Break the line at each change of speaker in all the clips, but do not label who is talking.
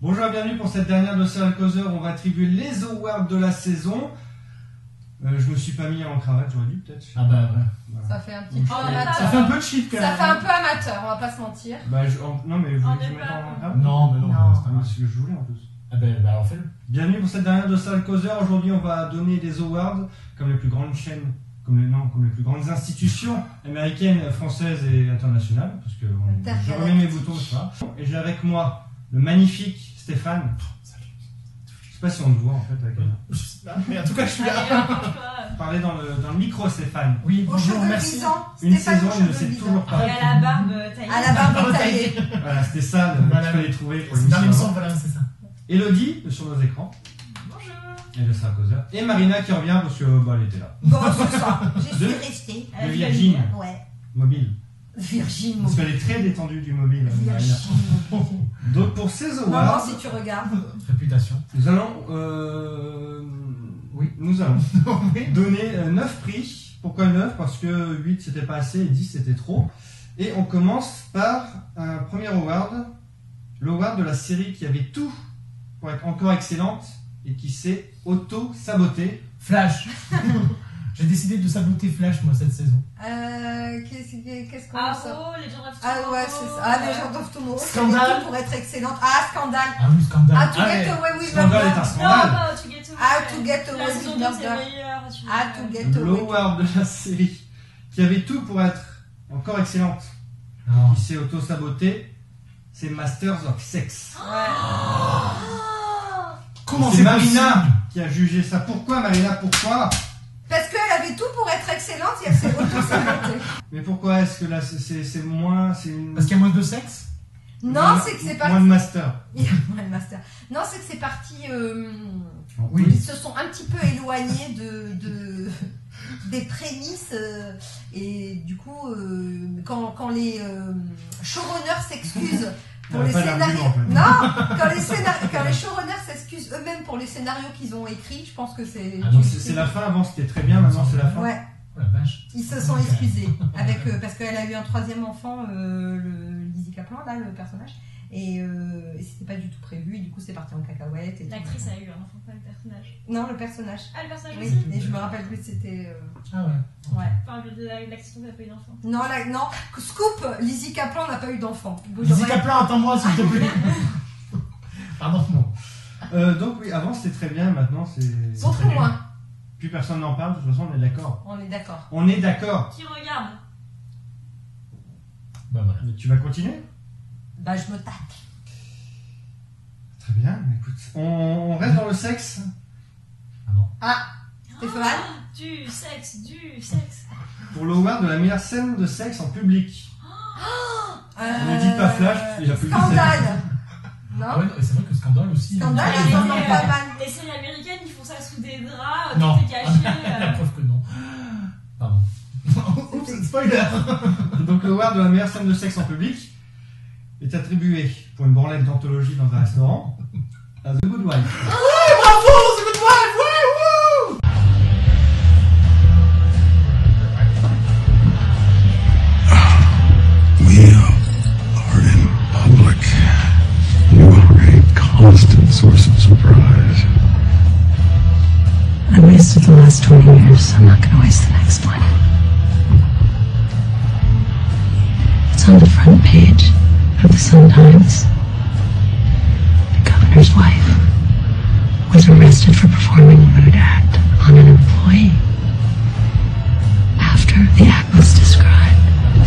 Bonjour et bienvenue pour cette dernière de Serial Causeur. On va attribuer les awards de la saison. Euh, je me suis pas mis en cravate, j'aurais dû peut-être.
Ah bah voilà.
Ça fait un petit
Donc,
peu
je-
amateur.
ça fait un peu de shit quand
Oh, Ça
même. hein.
fait un peu amateur, on va pas se mentir.
Bah, je- en- non, mais vous voulez
On
que je
est
mette
pas-
en cravate
Non, mais non,
Non.
c'est pas
Ah,
grave.
c'est ce que je voulais en plus.
Ah bah, bah alors fais-le.
Bienvenue pour cette dernière de Salle Causeur. Aujourd'hui, on va donner des awards comme les plus grandes chaînes, comme les, non, comme les plus grandes institutions américaines, françaises et internationales. Parce que on- je
Intergalactique.
remets mes boutons, c'est pas grave. Et j'ai avec moi le magnifique Stéphane. Je sais pas si on le voit en fait avec la-
Ah, mais en tout cas, je suis
Allez, arrange-toi.
Parler dans le, dans le micro, Stéphane.
Oui,
Aux
bonjour,
cheveux
merci.
luisants,
Une
Stéphane
saison, il
aux
ne
cheveux
sait
luisants.
toujours
Et
pas.
à la barbe taillée.
À la barbe taillée.
Voilà, c'était ça, le,
Voilà.
tu peux les trouver pour
C'est dans
l'émission.
l'émission, voilà, c'est ça.
Elodie, sur nos écrans,
Bonjour.
et le Salle Causeur. Et Marina qui revient parce que, bah, elle était là.
Bon, c'est ça. Je
Deux.
suis restée.
À la
Le
vie
Virgin.
familiale.
Ouais.
Mobile.
Virgin, mon
Parce qu'elle est très détendue du mobile. euh, Marina.
Virgin.
Donc pour ces
Maman,
awards,
si tu regardes.
Réputation.
nous allons, euh,
Oui.
nous allons
Non, mais-
donner 9 prix. Pourquoi 9 Parce que 8 c'était pas assez et 10 c'était trop. Et on commence par un premier award, l'award de la série qui avait tout pour être encore excellente et qui s'est auto-sabotée.
Flash. J'ai décidé de saboter Flash, moi, cette saison.
Euh, qu'est-ce qu'est-ce qu'on
Ah
sort
oh, les gens doivent
Ah ouais, c'est ça. Ah, les gens doivent tout mourir.
Scandale.
Pour être excellente. Ah, scandale.
Ah oui, scandale.
Ah, bah, to
Ah,
get
mais
away with
Scandale est un
murder.
Non,
scandale.
bah, pas To Get Away.
Ah, to get away
La saison
with
2, c'est
murder.
meilleur. tu
Ah,
vois.
to get away.
L'award de la série qui avait tout pour être encore excellente
Non.
qui s'est auto-sabotée, c'est Masters of Sex.
Ouais.
Comment
c'est
c'est
Marina
possible
qui a jugé ça. Pourquoi Marina Pourquoi
Parce qu'elle avait tout pour être excellente et elle s'est auto-sabotée.
Mais pourquoi est-ce que là c'est- c'est c'est moins c'est une...
Parce qu'il y a moins de sexe
Non,
moins-
c'est que c'est
moins de
parti.
master.
Il y a moins de master. Non, c'est que c'est parti. euh,
Oui.
Ils se sont un petit peu éloignés de, de- des prémices euh, et du coup, euh, quand, quand les euh, showrunners s'excusent pour
Elle a
les
pas
scénarios,
d'argument, en fait.
non, quand les, scénar- quand les showrunners s'excusent eux-mêmes pour les scénarios qu'ils ont écrits, je pense que c'est
Ah
Donc c'est c'est la fin. Avant c'était très bien. Maintenant c'est la fin.
ouais,
Oh la vache.
ils se sont excusés avec euh, parce qu'elle a eu un troisième enfant, euh, le Lizzie Kaplan là, le personnage. Et, euh, et c'était pas du tout prévu, et du coup c'est parti en cacahuète. Et tout.
L'actrice a eu un enfant, pas le personnage.
Non, le personnage.
Ah, le personnage
Oui,
aussi
et je me rappelle plus, c'était. euh,
Ah ouais.
Ouais.
Enfin, de la- l'actrice n'a pas eu d'enfant.
Non, là, non. Scoop, Lizzie Kaplan n'a pas eu d'enfant.
Lizzie Kaplan, attends-moi, s'il te plaît. Pardon, non.
Euh, donc oui, avant c'était très bien. Maintenant c'est. c'est
Sauf
très nul.
moi.
Plus personne n'en parle. De toute façon on est d'accord.
On est d'accord.
On est d'accord.
Qui regarde
Bah voilà.
Mais tu vas continuer
Bah, je me tape.
Très bien. mais Écoute, on, on reste dans le sexe.
Stéphane
Du sexe, du sexe.
Pour l'award de la meilleure scène de sexe en public. Ne
Euh,
dites pas Flash, il a plus de
Scandale.
Ah ouais, non,
Non
et c'est vrai que Scandale aussi.
Scandale,
euh,
ils en ont
Ouais.
pas mal.
Les séries américaines, ils font ça sous des draps,
Non.
tout est caché.
La
euh.
preuve que non. Pardon. Oups, spoiler
Donc le award de la meilleure scène de sexe en public est attribué pour une branlette d'anthologie dans un restaurant à The Good Wife.
We are in public. You are a constant source of surprise.
I wasted the last 20 years. I'm not going to waste the next one. It's on the front page of the Sun Times. The governor's wife was arrested for performing a rude act on an employee. After the act was described,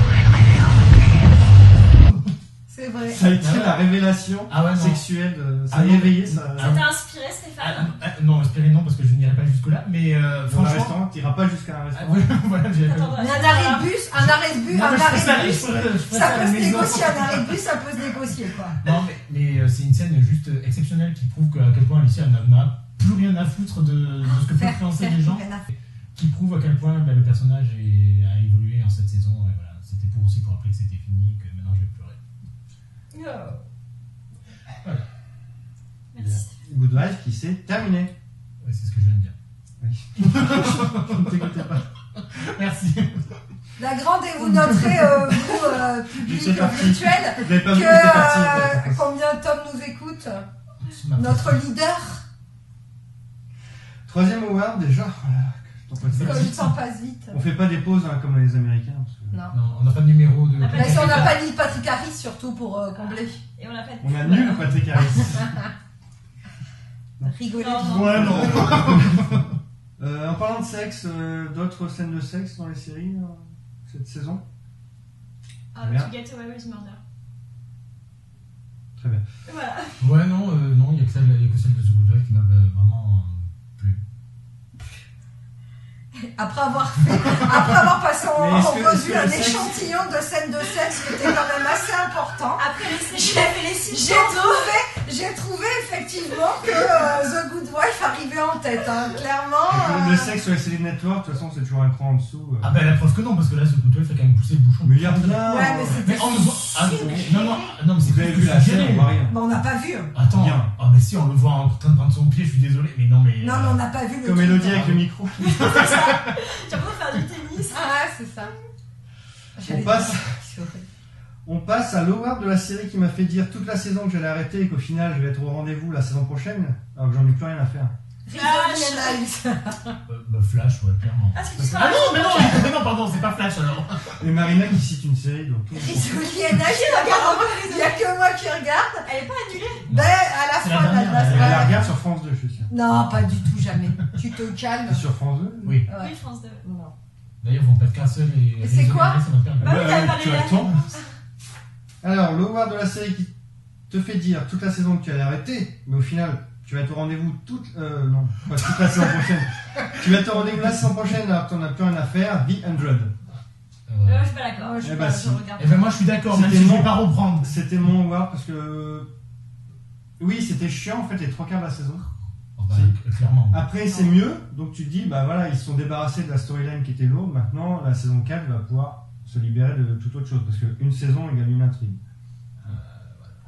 finally they all agreed.
C'est vrai.
Ça a été la révélation
Ah ouais, non.
sexuelle. de- Ça
Ah
a
non.
éveillé ça.
Ah,
Ça t'a inspiré, Stéphane
Ah, ah, ah, non, espérez non, parce que je n'irai pas jusque-là, mais euh,
Dans un
franchement.
restaurant, t'iras pas jusqu'à un
Ah,
restaurant.
voilà, voilà, j'irai pas.
Attends,
Mais Un arrêt de bus, un arrêt de bus,
Non, mais
un
je ferai ça, je
arrêt de bus.
ferai- je ferai ça
Ça
à
peut
la
se
maison.
négocier, un arrêt de bus, ça peut se négocier, quoi.
Non, mais, mais, euh, c'est une scène juste euh, exceptionnelle qui prouve que, à quel point Alicia n'a- n'a plus rien à foutre de, de ce que peuvent penser les gens,
rien à faire.
qui prouve à quel point bah, le personnage est- a évolué en cette saison. et voilà, C'était pour aussi pour rappeler que c'était fini, que maintenant je vais pleurer.
Merci.
Ah, Good Wife qui s'est terminée.
Ouais, c'est ce que je viens de dire.
Je ne t'écoutais pas.
Merci.
La grande et vous noterez, euh, vous, euh,
Je sais
public
pas.
virtuel,
Vous n'avez pas
que
vu que c'était parti.
euh, combien Tom nous écoute
C'est ma
Notre
préférée.
leader,
Troisième award, déjà. oh là là, que je t'en passe
que
pas.
le temps passe vite.
On fait pas des pauses hein, comme les Américains. parce que-
Non.
Non, on n'a pas de numéro de.
Après,
Là, Ah, si on n'a pas mis Patrick Harris, surtout pour euh, combler.
Et on l'a pas
On a nul Patrick Harris.
Rigoler.
Non, non.
ouais, Ah non. Euh, en parlant de sexe, euh, d'autres scènes de sexe dans les séries euh, cette saison
Ah,
Merde.
tu get away with murder.
Très bien.
Et Voilà.
Ouais, non, euh, non, il n'y a, que celle- il y a que celle de The Good Wife qui m'avait vraiment euh, plu.
Après avoir, fait- après avoir passé en,
Mais est-ce
en
que- est-ce
revue
que
un
le sexe-
échantillon de scènes de sexe qui était quand même assez important,
Après les séries, j'ai fait les six
j'ai trouvé, j'ai trouvé effectivement que euh, The Good Wife arrivait en tête. hein. Clairement,
Le- Le
euh,
sexe sur les séries network, de toute façon, c'est toujours un cran en dessous. euh.
Ah bah la preuve que non, parce que là, The Good Wife a quand même poussé le bouchon.
mais il y a plein.
Ouais, mais c'est-
Mais on le voit. Ah, non, non, non, mais c'est
Vous avez
plus
vu la
suggéré.
scène, on voit rien.
bah, on n'a pas vu. hein.
Attends,
Bien.
ah mais si, on le voit en train de prendre son pied, je suis désolé, mais non, mais.
Non, mais on n'a pas vu le
Comme
truc,
Elodie
hein.
avec le micro.
Tu as besoin de faire du tennis.
Ah, ouais, c'est ça. J'allais
passe.
dire, c'est horrible.
On passe à l'award de la série qui m'a fait dire toute la saison que j'allais arrêter et qu'au final je vais être au rendez-vous la saison prochaine, alors que j'en ai plus rien à faire.
Rigoler et analyse.
Euh, bah, Flash, ouais, clairement.
Ah, c'est que tu
Ah
seras
non, mais non, mais non, pardon, c'est pas Flash alors.
Et Marina qui cite une série, donc tout le monde-
Risoli et Nagy, regarde, il n'y a que moi qui regarde.
Elle est pas annulée.
Ben, à la
C'est
fin,
la dernière,
Elle
elle
Madras,
a
ouais.
la regarde sur France 2, je suis sûr.
Non, pas du tout, jamais. tu te calmes.
Et sur France 2
Oui.
Ouais.
Oui, je pense. De...
Bah
Non.
D'ailleurs, vont pas de Castle et.
Et c'est
les
quoi
Américains, ça va faire-
Bah oui, t'avais
ouais,
parlé
tu
de la
attends. Alors, l'award de la série qui te fait dire toute la saison que tu allais arrêter, mais au final, tu vas être au rendez-vous toute. Euh, non, pas toute la saison prochaine. Tu vas être au rendez-vous la saison prochaine alors que t'en as plus rien à faire. The 100.
Ouais.
Euh, je suis pas d'accord.
Non, je
Eh
sais
bah,
pas,
si.
je regarde.
Eh ben moi je suis d'accord, même
C'était
si je
mon-
vais pas reprendre.
C'était mon award parce que. Oui, c'était chiant en fait les trois quarts de la saison.
Oh, bah, Clairement.
Après, c'est mieux, donc tu te dis, bah voilà, ils se sont débarrassés de la storyline qui était lourde, maintenant la saison 4 va pouvoir se libérer de toute autre chose parce qu'une saison égale une intrigue.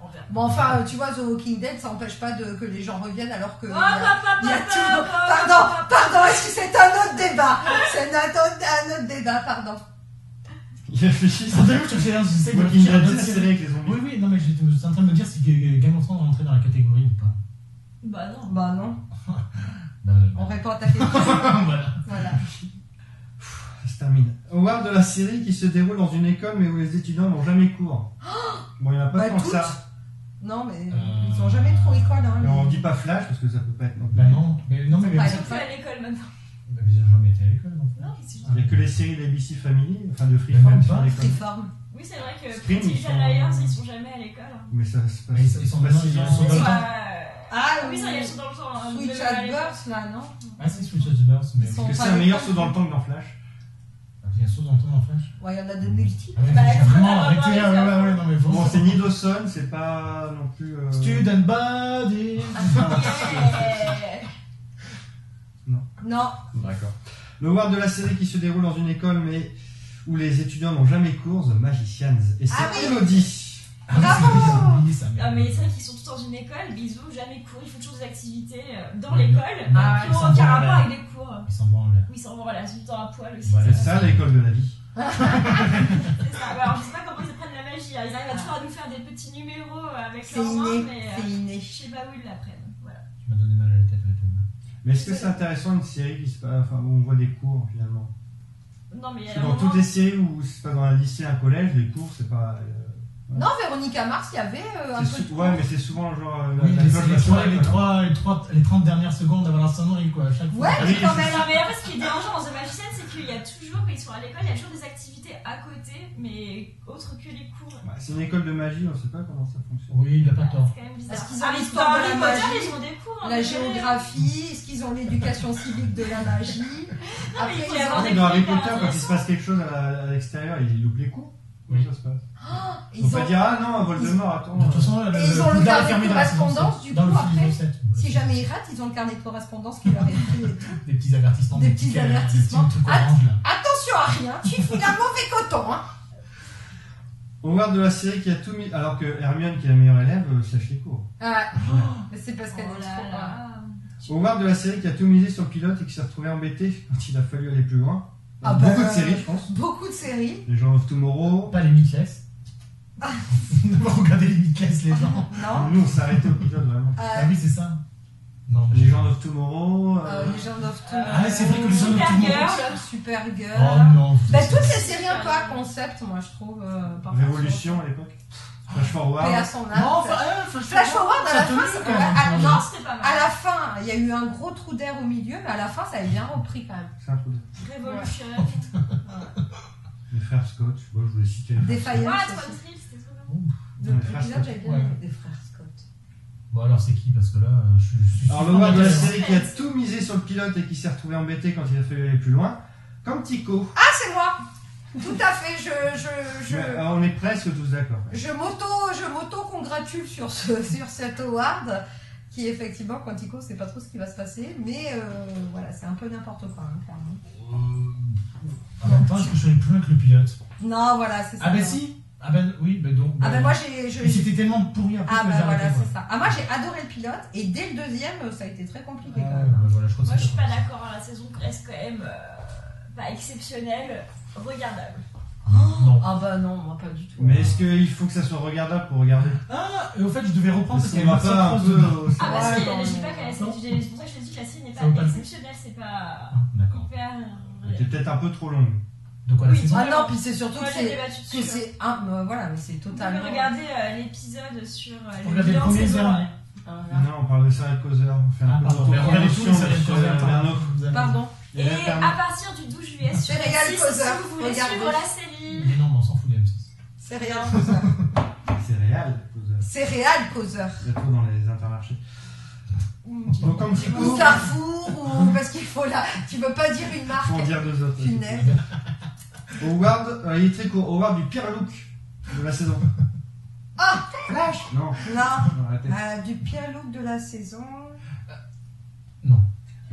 On verra.
Bon, enfin, euh, tu vois, The Walking Dead, ça n'empêche pas de, que les gens reviennent alors que.
Oh,
il y a-
papa,
il y a
papa,
toujours-
papa,
Pardon,
papa.
pardon, est-ce que c'est un autre débat C'est un autre, un autre débat, pardon.
Il réfléchit,
C'est d'ailleurs, je cherchais un- je sais que
Moi
je
qui
cherchais un
me
autre
dit la série
série.
avec les zombies.
Oui, oui, non, mais j'étais j'étais en train de me dire si Game of Thrones rentrait dans la catégorie ou pas.
Bah non.
Bah non,
Bah, euh,
on répond à ta question.
voilà.
voilà.
Ça se termine. Award de la série qui se déroule dans une école mais où les étudiants n'ont jamais cours. Bon, il n'y en a pas
Bah,
tant que
toutes.
ça.
Non, mais
Euh,
ils sont jamais trop école. Hein,
Mais on
les-
dit pas flash parce que ça peut pas être non plus.
Bah non, mais non, mais. mais-
Ouais.
Bah,
J'ai plus à l'école maintenant.
Ils ont Bah, jamais été à l'école, non
Non, qu'est-ce que je dis
Il n'y a que les séries d'ABC Family, enfin de
Mais
Freeform
même
qui sont à
pas.
l'école.
Freeform.
Oui, c'est vrai que
Spring,
Pretty
ils sont-
Little Liars, ils sont jamais à l'école. hein.
Mais ça se passe.
Mais ils sont
pas
dedans,
si
ils
bien.
sont
Ils
dedans.
sont
Attends.
à-
Ah
Oui, ça y est, ils sont dans le temps. hein.
Switch
Vous devez
at
aller à l'école.
Birth, là, non
Ah, c'est Switch at the Birth, mais.
Ils sont-
Parce que
pas
c'est un
les
meilleur
mêmes.
saut dans le temps que dans Flash.
Il y a sauce dans le temps en flash.
Ouais, il y en a de multiples.
Ah ouais,
Bah,
j'ai
la
vraiment
Fred
arrêté.
Alvarez,
ah, ouais, ouais, ouais, non, mais
Bon,
vraiment.
c'est ni Dawson, c'est pas non plus. euh,
Student Body.
Ah,
Yeah.
Non,
D'accord. Le award de la série qui se déroule dans une école mais où les étudiants n'ont jamais cours, The Magicians. Et c'est
Ah oui.
Elodie.
Ah, mais c'est vrai, j'ai oublié ça, mais-
Ah, mais c'est vrai qu'ils sont tous dans une école, mais ils vont jamais cours, ils font toujours des activités euh, dans
Ouais,
l'école,
non,
qui
Ah, ils
n'ont
s'en
aucun
vont à
rapport
la-
avec les cours.
Ils s'en vont en l'air.
Oui, ils s'en vont voilà, tout le temps à poil aussi.
Voilà.
C'est ça l'école de la vie.
C'est ça. Alors, je sais pas comment ils apprennent la magie, hein. ils arrivent à toujours à nous faire des petits numéros euh, avec
c'est
leurs mains,
inné.
mais euh,
C'est inné.
je sais pas où ils l'apprennent. Voilà.
Tu m'as donné mal à la tête, Alton.
Mais est-ce que c'est intéressant une série qui se passe, enfin, où on voit des cours finalement
Non, mais euh,
Parce
il y a
que
un
dans
moment-
toutes les séries où c'est pas dans un lycée, un collège, les cours c'est pas. euh,
Non, Véronica Mars, il y avait euh, un
c'est
peu
sou-
de-
ouais, mais c'est souvent genre. euh,
Oui,
la-
les,
la cloche,
les
la
trois-
soirée,
les,
quoi.
trois- les, trois- les 30 dernières secondes avant la sonnerie, quoi, à chaque fois.
Ouais,
Ah
mais
oui,
quand
c'est-
même.
Non, mais en fait, ce qui est dérangeant dans The Magician, c'est qu'il y a toujours, quand ils sont à l'école, il y a toujours des activités à côté, mais autres que les cours.
Bah, c'est une école de magie, on sait pas comment ça fonctionne.
Oui, il a pas tort.
C'est quand même bizarre.
Parce qu'ils ont
Ah, mais
l'histoire de
dans Harry
la
Potter,
magie,
ils ont des cours. hein,
La
mais-
géographie, est-ce qu'ils ont l'éducation civique de la magie
Non, mais
Après,
il faut
ils
y
ont-
avoir des
Dans Harry
cours
Potter, quand il se passe quelque chose à, la- à l'extérieur, ils loupent les cours. Comment
Oui.
ça se passe Ils
ils
vont pas
ont-
dire ah non, Voldemort, attends.
De toute façon, le,
ils ont le
Poudlard
carnet
est fermé
de
dans la saison
correspondance,
sept.
du
Dans le
coup,
film
après,
de sept.
Si jamais ils ratent, ils ont le carnet de correspondance qui leur est écrit. et tout.
Des petits avertissements.
Des petits
euh,
avertissements.
Des petits trucs
Ah.
orange, là.
Attention à rien, tu te fous d'un mauvais coton. Hein.
On regarde de la série qui a tout mis, alors que Hermione, qui est la meilleure élève, euh, sèche les cours.
Ah, mais c'est parce qu'elle
Oh
est
là
trop. hein.
là.
On regarde de la série qui a tout misé sur le pilote et qui s'est retrouvé embêté quand il a fallu aller plus loin. Dans
Ah
beaucoup
bah,
de séries, je pense.
Beaucoup de séries.
Les gens of Tomorrow,
Pas les Mitchells.
Ah.
D'avoir regardé les Meatless, les gens.
Non
Nous, on s'est arrêté au pilote, vraiment.
Ah
Euh,
oui, c'est ça. Non, mais-
Les gens of Tomorrow. euh,
Ah. euh, Legend of
Ah, c'est vrai que les gens de
Supergirl.
Tomorrow-
Tomorrow, Supergirl.
Oh non. vous-
Bah, toutes les séries un peu à concept, moi, je trouve. euh, par
Révolution à l'époque. Flash
contre. Paix à
Forward.
son âme.
Non, enfin, euh,
Flash Forward, à
ça
la
te
fin,
met
c'est-
quand même
ah,
dans le
non.
genre.
C'était pas
À
mal.
la fin, il y a eu un gros trou d'air au milieu, mais à la fin, ça avait bien repris quand même.
C'est un truc de.
Révolution.
Les frères Scott, moi je voulais citer. les frères
Défaillant.
Ouais, Twin Thrills, c'était trop bien.
Dans
Donc,
les frères
l'épisode, j'avais bien
ouais.
aimé des frères Scott.
Bon, alors c'est qui Parce que là, euh, je suis- je suis.
Alors, le roi de la série qui a tout misé sur le pilote et qui s'est retrouvé embêté quand il a fallu aller plus loin, comme Tico.
Ah, c'est moi Tout à fait, je, je, je,
Mais, euh, on est presque tous d'accord.
je m'auto, je m'auto-congratule sur, ce, sur cet award, qui effectivement, Quantico, c'est pas trop ce qui va se passer, mais euh, voilà, c'est un peu n'importe quoi, hein, clairement.
En Ah, même temps, est-ce que je suis allé plus loin que le pilote
Non, voilà, c'est ça.
Ah, ben si Ah, ben oui, ben donc.
Ah,
ben,
ben moi, j'ai. je-
Mais c'était tellement pourri après
Ah,
que
ben
j'ai
voilà,
arrêté, moi.
c'est ça. Ah, moi, j'ai adoré le pilote, et dès le deuxième, ça a été très compliqué quand
Ah,
même.
ben voilà, je crois que
Moi, je
c'est
suis pas d'accord. hein, La saison reste quand même euh, pas exceptionnelle, regardable.
Non.
Ah, bah non, moi, pas du tout. Ah,
Mais est-ce qu'il faut que ça soit regardable pour regarder
Ah, et au fait, je devais reprendre parce
Est-ce
qu'il
qu'on
y
va
avait
pas un
pas de
peu.
dedans.
euh,
Ah,
ça-
bah
Ouais,
si,
non,
je dis pas qu'elle est
non.
exceptionnelle. C'est pour ça que je te dis que la série n'est
Ça vaut pas
pas
le coup.
exceptionnelle, c'est pas
Ah, D'accord.
hyper.
Elle était peut-être un peu trop longue.
De quoi la
Oui.
saison
Ah, non, puis c'est surtout
Moi,
que
j'ai
c'est.
débattu
que
dessus.
c'est un- bah, voilà, mais c'est
Vous pouvez
totalement.
regarder euh, l'épisode sur euh,
Faut regarder le
bilan de
premier
saison,
dernier.
ouais.
Voilà.
Non, on parle de serial causeur. On fait un
Ah,
peu
pardon.
de
Mais regardez tous les
reproduction,
séries
monsieur
coréennes,
Bernot.
vous avez-
Pardon.
Il
Et
a permis-
à partir du 12 juillet sur
C'est régal
M6, si
causeur,
vous voulez
regardez.
suivre la série,
Mais non, mais on s'en fout des M6.
C'est rien, causeur.
C'est réel, causeur.
C'est réel, causeur.
Vous êtes trop dans les intermarchés. Donc, comme Tico,
Ou Carrefour, ou parce qu'il faut là. Tu peux pas dire une marque.
faut en dire deux autres.
Funès.
Howard, euh, il est très court. Howard du pire look de la saison.
Ah
Flash Non,
Non.
non, arrêtez.
Euh, du pire look de la saison.
Non.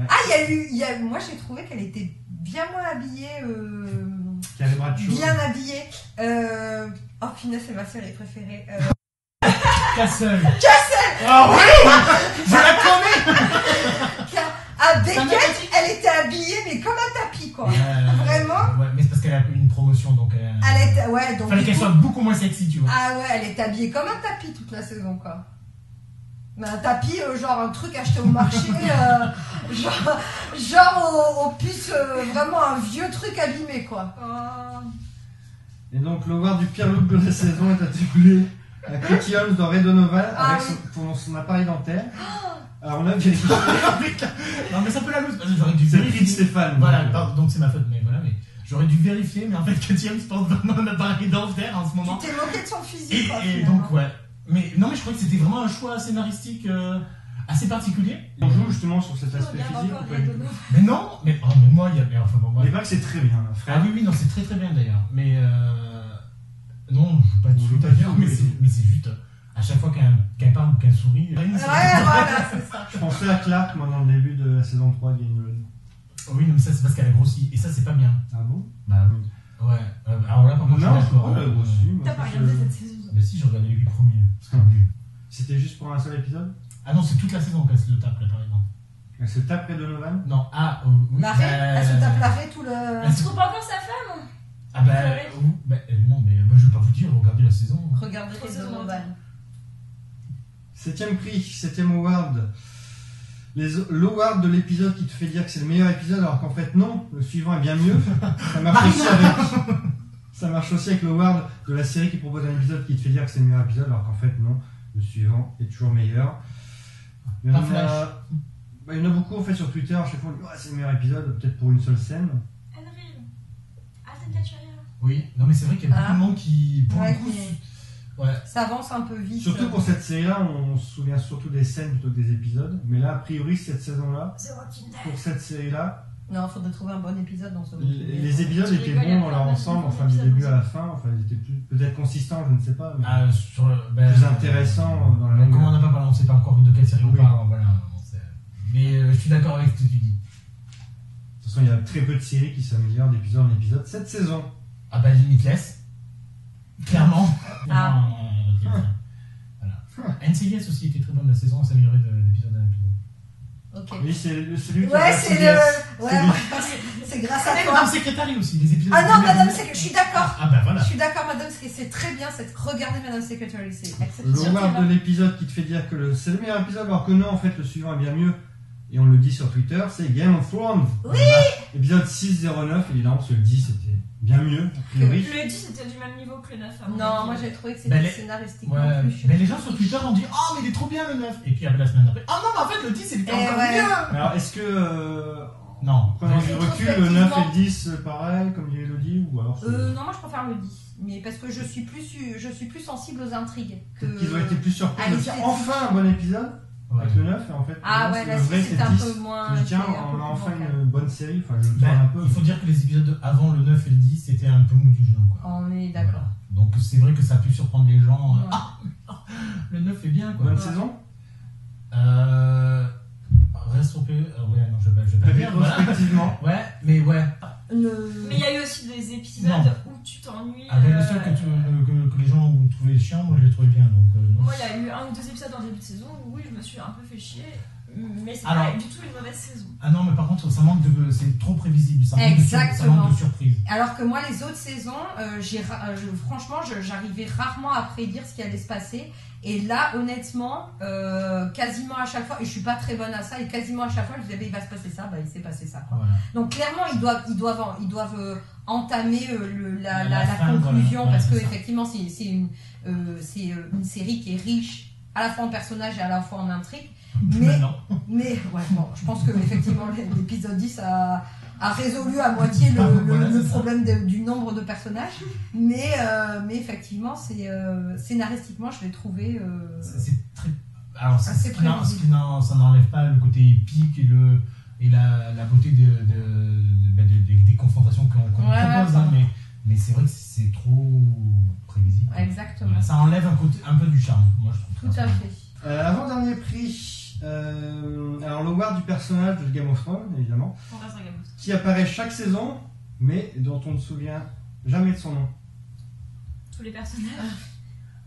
Ah, il y a eu. il Y a, moi, j'ai trouvé qu'elle était bien moins habillée. euh,
Carrie Bradshaw.
bien habillée. Euh, oh, finesse, c'est ma série préférée. Euh,
Castle
Ah ouais
Je la connais
ah,
Ça m'a
Beckett, elle était habillée, mais comme un tapis, quoi.
Euh,
Vraiment Ah,
Ouais, mais c'est parce qu'elle a eu une promotion donc. euh,
Elle était. Ouais, donc.
Fallait
du
qu'elle
coup-
soit beaucoup moins sexy, tu vois.
Ah ouais, elle est habillée comme un tapis toute la saison, quoi. Mais un tapis, euh, genre un truc acheté au marché, euh, genre, genre au, au puce, euh, vraiment un vieux truc abîmé, quoi.
Et donc, l'Howard du pire look de la saison est attribué à Katie Holmes dans Redonoval
Ah
avec
oui. Ah.
son, pour son appareil dentaire. Alors là, il y a
non, mais c'est un peu la loose parce que j'aurais dû
c'est le prix de
vérifier.
Stéphane.
Voilà, pardon, donc c'est ma faute, mais voilà, mais j'aurais dû vérifier, mais en fait, Katie Holmes porte vraiment un appareil dentaire en ce moment.
Tu t'es moqué de son
Et,
physique, quoi,
et
finalement.
donc, ouais. Mais non, mais je crois que c'était vraiment un choix scénaristique euh, assez particulier.
On joue justement sur cet
on
aspect
regarde
physique.
encore
ou pas
Redondo.
Mais non, mais, oh, mais moi, il y a. Mais enfin, bon, moi.
Les vagues, c'est très bien, là,
Ah
frère.
oui, oui, non, c'est très très bien d'ailleurs. Mais euh... non, je suis pas
Vous
du tout
voulez pas
dire,
dire,
mais
mais-
c'est mais c'est juste euh, à chaque fois qu'elle qu'elle parle ou qu'elle sourit. euh, elle a une
Ouais,
série.
voilà, c'est ça.
Je pensais à Clark, moi, dans le début de la saison 3 de Game of Thrones.
Oh Oui, non, mais ça c'est parce qu'elle a grossi et ça c'est pas bien.
Ah bon
Bah ouais. Euh, alors là, par contre, je
Non,
suis
je crois
d'accord.
pas,
Euh,
aussi, Ah moi,
T'as pas
je-
regardé cette saison.
Mais si, je regardais les 8 premiers. parce que-
C'était juste pour un seul épisode
Ah non, c'est toute la saison qu'elle se le tape là par exemple.
Elle se tape Redonoval
Non, ah, euh, oui.
L'arrêt,
euh,
elle se tape l'arrêt tout le.
elle se-
Tu trouves pas encore sa femme hein,
Ah bah, euh, oui, bah, euh, non, mais moi je vais pas vous dire, regardez la saison.
Regardez les deux ovales.
Septième prix, septième award. Les- L'award de l'épisode qui te fait dire que c'est le meilleur épisode alors qu'en fait non, le suivant est bien mieux. Ça marche aussi avec. Ça marche aussi avec l'award de la série qui propose un épisode qui te fait dire que c'est le meilleur épisode alors qu'en fait non, le suivant est toujours meilleur. Il y en
Pas Flash.
a, bah, il y en a beaucoup en fait sur Twitter, à chaque fois on dit Ouais, c'est le meilleur épisode, peut-être pour une seule scène.
Henry. Alten Catchfire.
Oui, non, mais c'est vrai qu'il y a beaucoup
Ah.
de monde qui, pour
Ouais,
le coup,
qui-
ouais.
Ça avance un peu vite.
Surtout pour cette série-là, on se souvient surtout des scènes plutôt que des épisodes. Mais là, a priori, cette saison-là,
The Walking Dead.
pour cette série-là,
Non, faudrait trouver un bon épisode dans ce
Les les épisodes étaient bons dans leur ensemble, enfin du début à la fin, enfin ils étaient plus- peut-être consistants, je ne sais pas, mais
Ah, sur le- ben,
plus intéressants dans la
Ben,
longueur.
Comme on n'a pas parlé, on sait pas encore de quelle série on
Oui.
parle. Voilà, on sait. Mais euh, je suis d'accord avec ce que tu dis.
De toute façon, il y a très peu de séries qui s'améliorent d'épisode en épisode cette saison.
Ah bah Limitless, clairement.
Ah.
Ah.
Euh, voilà. NCIS aussi était très bonne la saison, on s'améliorait de- d'épisode à épisode.
Ok.
Lui, Ah, c'est le- celui qui
Ouais,
regarde
c'est
CBS.
le. Ouais,
lui.
c'est grâce à
Ah, Madame
toi.
Secretary aussi, les épisodes.
Ah non,
de-
madame, c'est que je suis d'accord.
Ah bah
Je
voilà.
suis d'accord, madame, c'est que c'est très bien cette. Regardez, madame Secretary, c'est exceptionnel.
L'horreur de l'épisode qui te fait dire que le... c'est le meilleur épisode, alors que non, en fait, le suivant est bien mieux. Et on le dit sur Twitter, c'est Game of Thrones.
Oui
Épisode 609, évidemment, parce que le 10 c'était bien mieux, a priori.
Le 10 était du même niveau que le 9. à mon
Non,
avis.
moi j'ai trouvé que
Bah,
c'était
les-
scénaristiquement
Ouais.
plus chiant.
Mais les gens sur Twitter ont dit Oh, mais il est trop bien le 9. Et puis après la semaine d'après, Oh non, mais en fait le 10 il était
Eh
encore
ouais.
mieux.
Alors, est-ce que. euh, en
Non.
Prenant du recul, le 9 et
Rétrospectivement.
le 10, euh, pareil, comme dit Elodie, ou alors. c'est-
Euh, non, moi je préfère le 10. Mais parce que je suis plus, je suis plus sensible aux intrigues. Que...
Peut-être qu'ils ont été plus surpris de
Allez,
dire
c'est-
enfin un bon épisode
Ouais.
avec le 9, et en fait,
Ah
non,
ouais,
c'est
la
le vrai,
suite
c'est
c'était un
10.
peu
Je
moins.
me dis, tiens,
c'était un peu
on a
plus
enfin
bancal.
une bonne série, enfin, je le
Bah,
parle un peu.
il faut dire que les épisodes avant le 9 et le 10 c'était un peu mou du genou. Quoi.
On est d'accord.
Voilà. Donc c'est vrai que ça a pu surprendre les gens. euh,
Ouais.
Ah, le 9 est bien quoi.
Bonne
Ouais.
saison
Euh, reste au PE. euh, ouais, non, je vais, je vais pas dire. Voilà.
Rétrospectivement.
Ouais, mais ouais.
Le-
Mais il y a eu aussi des épisodes
Non.
où tu t'ennuies.
Avec
euh,
le seul que, tu- que, que les gens ont trouvé chiant, moi je l'ai trouvé bien. Donc, euh, non.
Moi, il y a eu un ou deux épisodes en début de saison où oui, je me suis un peu fait chier. Mais c'est
Alors-
pas du tout une mauvaise saison.
Ah non, mais par contre, ça manque de. C'est trop prévisible. Ça manque, de, sur- ça
Exactement.
manque de surprise.
Alors que moi, les autres saisons, euh, j'ai ra- euh, je- franchement, je- j'arrivais rarement à prédire ce qui allait se passer. Et là, honnêtement, euh, quasiment à chaque fois, et je suis pas très bonne à ça, et quasiment à chaque fois, je disais, Ben, il va se passer ça, bah, il s'est passé ça.
Ah, Voilà.
Donc clairement, ils doivent, ils doivent, en- ils doivent euh, entamer euh, le- la,
La
la- la
fin,
conclusion
voilà.
parce que
Ouais, c'est ça.
effectivement, c'est c'est une, euh, c'est, euh, une série qui est riche à la fois en personnages et à la fois en intrigue. Mais,
Maintenant.
mais ouais, bon, je pense que effectivement, l'épisode 10 a, a résolu à moitié le,
Ah,
le-
voilà,
le
c'est ça.
problème de- du nombre de personnages. Mais, euh, mais effectivement, c'est euh, scénaristiquement, je l'ai trouvé. euh,
C'est- C'est très. Alors, c'est-
Assez
ce qui n'en- ce
prévisible.
qui n'en- ça n'enlève pas le côté épique et, le, et la, la beauté de, de, de- bah, de- des- des confrontations qu'on qu'on
Ouais, ouais,
propose, hein,
pardon.
mais, mais c'est vrai que c'est trop prévisible.
exactement.
Ça enlève un, côté, un peu du charme, moi je trouve.
Tout à fait.
Euh, Avant-dernier prix, euh, alors l'award du personnage de Game of Thrones, évidemment,
On reste dans Game of Thrones.
qui apparaît chaque saison, mais dont on ne se souvient jamais de son nom.
Tous les personnages.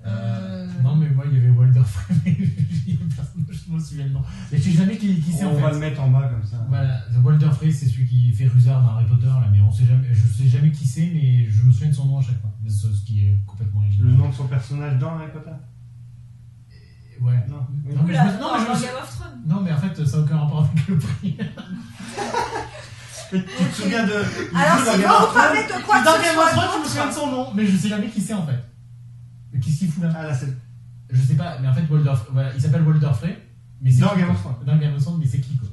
Euh, Non, mais moi il y avait Walder Frey, mais personne, je me souviens le nom. Mais je sais jamais qui, qui c'est
on
en
va
fait.
le mettre en bas comme ça.
Voilà, The Walder Frey, c'est celui qui fait Ruzard dans Harry Potter, là, mais on sait jamais, je sais jamais qui c'est, mais je me souviens de son nom à chaque fois. Mais Ce, ce qui est complètement
Le nom de son personnage dans Harry Potter
Ouais.
Non. Oui.
Non, mais je
Oula,
me- non, mais je me
dans
sou-
Game of Thrones.
non, mais en fait, ça n'a aucun rapport avec le prix.
Mais Tu te souviens de. il joue dans
Alors,
Game
si vous
of
vous
Thrones
parlez de quoi
dans
que ce
Game of
soit
Thrones, je me souviens de son nom, mais je sais jamais qui c'est en fait. Mais qu'est-ce qu'il fout là
Ah là, c'est
Je sais pas, mais en fait, Walder, voilà, il s'appelle Walder Frey, mais c'est
Dans
qui,
Game
quoi
of Thrones.
Dans Game of Thrones, mais c'est qui quoi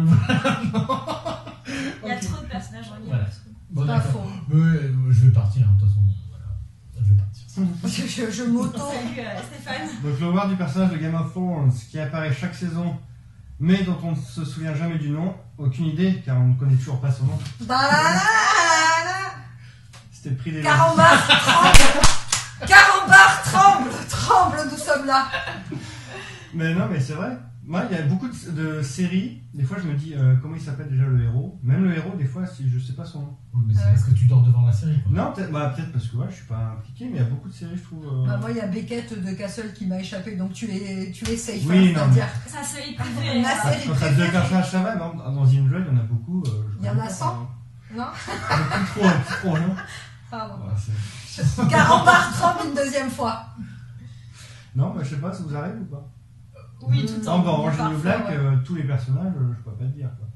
Donc voilà,
Il y a trop de personnages dans Game
Voilà.
of Thrones.
bon,
Pas
d'accord.
faux.
Mais, euh, je vais partir, hein, de toute façon. Voilà. Je vais partir.
Je, je- je m'auto.
Salut euh, Stéphane.
Donc l'horreur du personnage de Game of Thrones qui apparaît chaque saison mais dont on ne se souvient jamais du nom, aucune idée car on ne connaît toujours pas son nom.
Bah,
C'était le prix des
Carambar tremble Carambar tremble Tremble, nous sommes là
Mais non mais c'est vrai. Moi il y a beaucoup de, de séries, des fois je me dis euh, comment il s'appelle déjà le héros, même le héros des fois si je sais pas son nom.
Oui, mais c'est
Ouais.
parce que tu dors devant la série quoi.
Non peut-être bah, peut-être parce que ouais, je suis pas impliqué mais il y a beaucoup de séries je trouve. euh,
Bah, Moi, il y a Beckett de Castle qui m'a échappé, donc tu es, tu es safe,
Oui,
hein,
non,
c'est-à-dire.
Sa série préférée.
Ma série
quand t'as deux
préférée.
personnages ça va, dans, dans Injured il y en a beaucoup. euh, je
Il y en
connais
a
pas,
100, non
hein. Beaucoup trop, beaucoup trop, non
Pardon.
Ouais, c'est-
Carambar tremble une deuxième fois
Non mais je sais pas ça vous arrive ou pas
Oui, tout le
Non,
temps.
bah, en Orange is the New
Parfois,
Black,
ouais.
euh, tous les personnages, euh, je pourrais pas te dire. Quoi.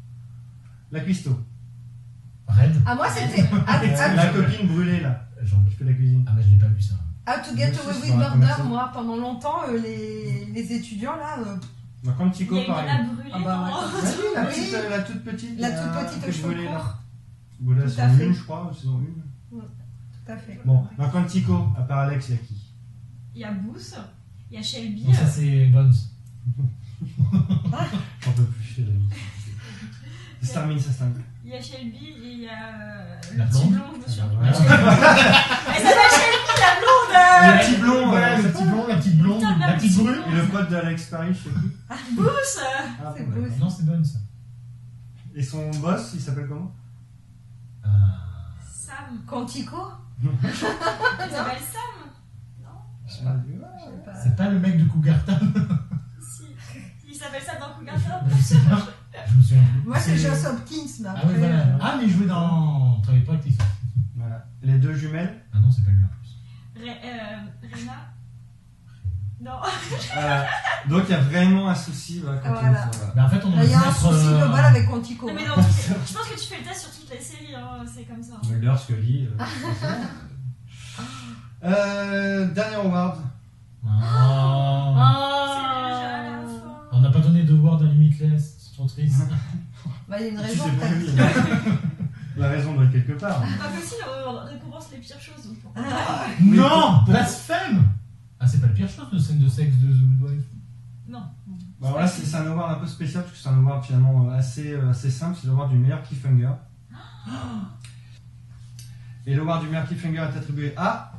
La cuistot.
Red
Ah, moi, c'était. Ah,
La,
ah,
la copine brûlée, là.
J'en ai
Je fais la cuisine.
Ah, mais je l'ai pas vu ça.
How to
Moi
Get
aussi,
Away
c'est
with
dans la
Murder,
conversation.
moi, pendant longtemps, euh, les, les étudiants, là, euh,
Dans
Il y
Quantico,
a une
pareil.
nana brûlée.
Ah bah ouais.
Ah oui, la,
Oui.
petite, euh, la toute petite.
la
euh,
toute petite
qui est
aux cheveux
brûlée, là.
courts.
Brûlée à
Tout
saison
à fait.
1, je crois, ou saison 1.
Tout à fait.
Bon, dans Quantico, à part Alex, il y a qui
Il y a Booth. Il y a Shelby.
Non, ça c'est Bones.
J'en peux plus, je fais la vie. Ça se termine, ça se termine.
Il y a Shelby et il y a. euh,
La
Le petit
blonde. Ah bah
blond, je me suis.
Voilà.
Elle s'appelle Shelby, la blonde
Le petit blond,
voilà,
euh,
le petit blond, la petite blonde,
Putain,
la
le
petite
petit
brune.
blond.
Et le pote d'Alex Paris, je sais qui
Booth euh,
Ah,
C'est
bon,
beau,
d'accord.
Non, c'est Bones.
Et son boss, il s'appelle comment
Euh,
Sam.
Quantico
Elle s'appelle Sam.
Je sais pas.
Je sais pas.
C'est pas le mec de Cougar Town.
si. Il s'appelle ça dans Cougartown.
Je sais pas. Je me souviens plus.
Moi, c'est Joss Hopkins, mais
Ah
après.
oui, voilà.
euh,
Ah, mais il jouait dans. Travaille pas actif.
Voilà. Les deux jumelles.
Ah non, c'est pas lui en plus.
Ré- euh, Réna. Non.
Euh, donc il y a vraiment un souci voilà, quand
Voilà.
on fait, voilà.
Mais Bah, en fait, on
Il
aurait
y
dû
a un
mettre.
souci
euh,
global avec Quantico.
Non, Ah, mais
hein.
dans toutes les- Je pense que tu fais le test sur toutes les séries, hein, c'est comme ça.
Mulder, Scully. euh, euh, dernier award.
Ah.
C'est déjà
Ah.
la fin.
On n'a pas donné de Word à Limitless, c'est trop triste.
Bah, il y a une
Tu
raison.
sais
t'as
pas
dit.
où. La raison doit être quelque part.
Pas possible, on récompense les pires choses. donc.
Oui,
non
pour- pour-
Blasphème Ah, c'est pas la pire chose, de scène de sexe de The Good Wife.
Non.
Bah, alors là, c'est c'est un award un peu spécial parce que c'est un award finalement euh, assez, euh, assez simple. C'est l'award du meilleur cliffhanger. Et l'award du meilleur cliffhanger est attribué à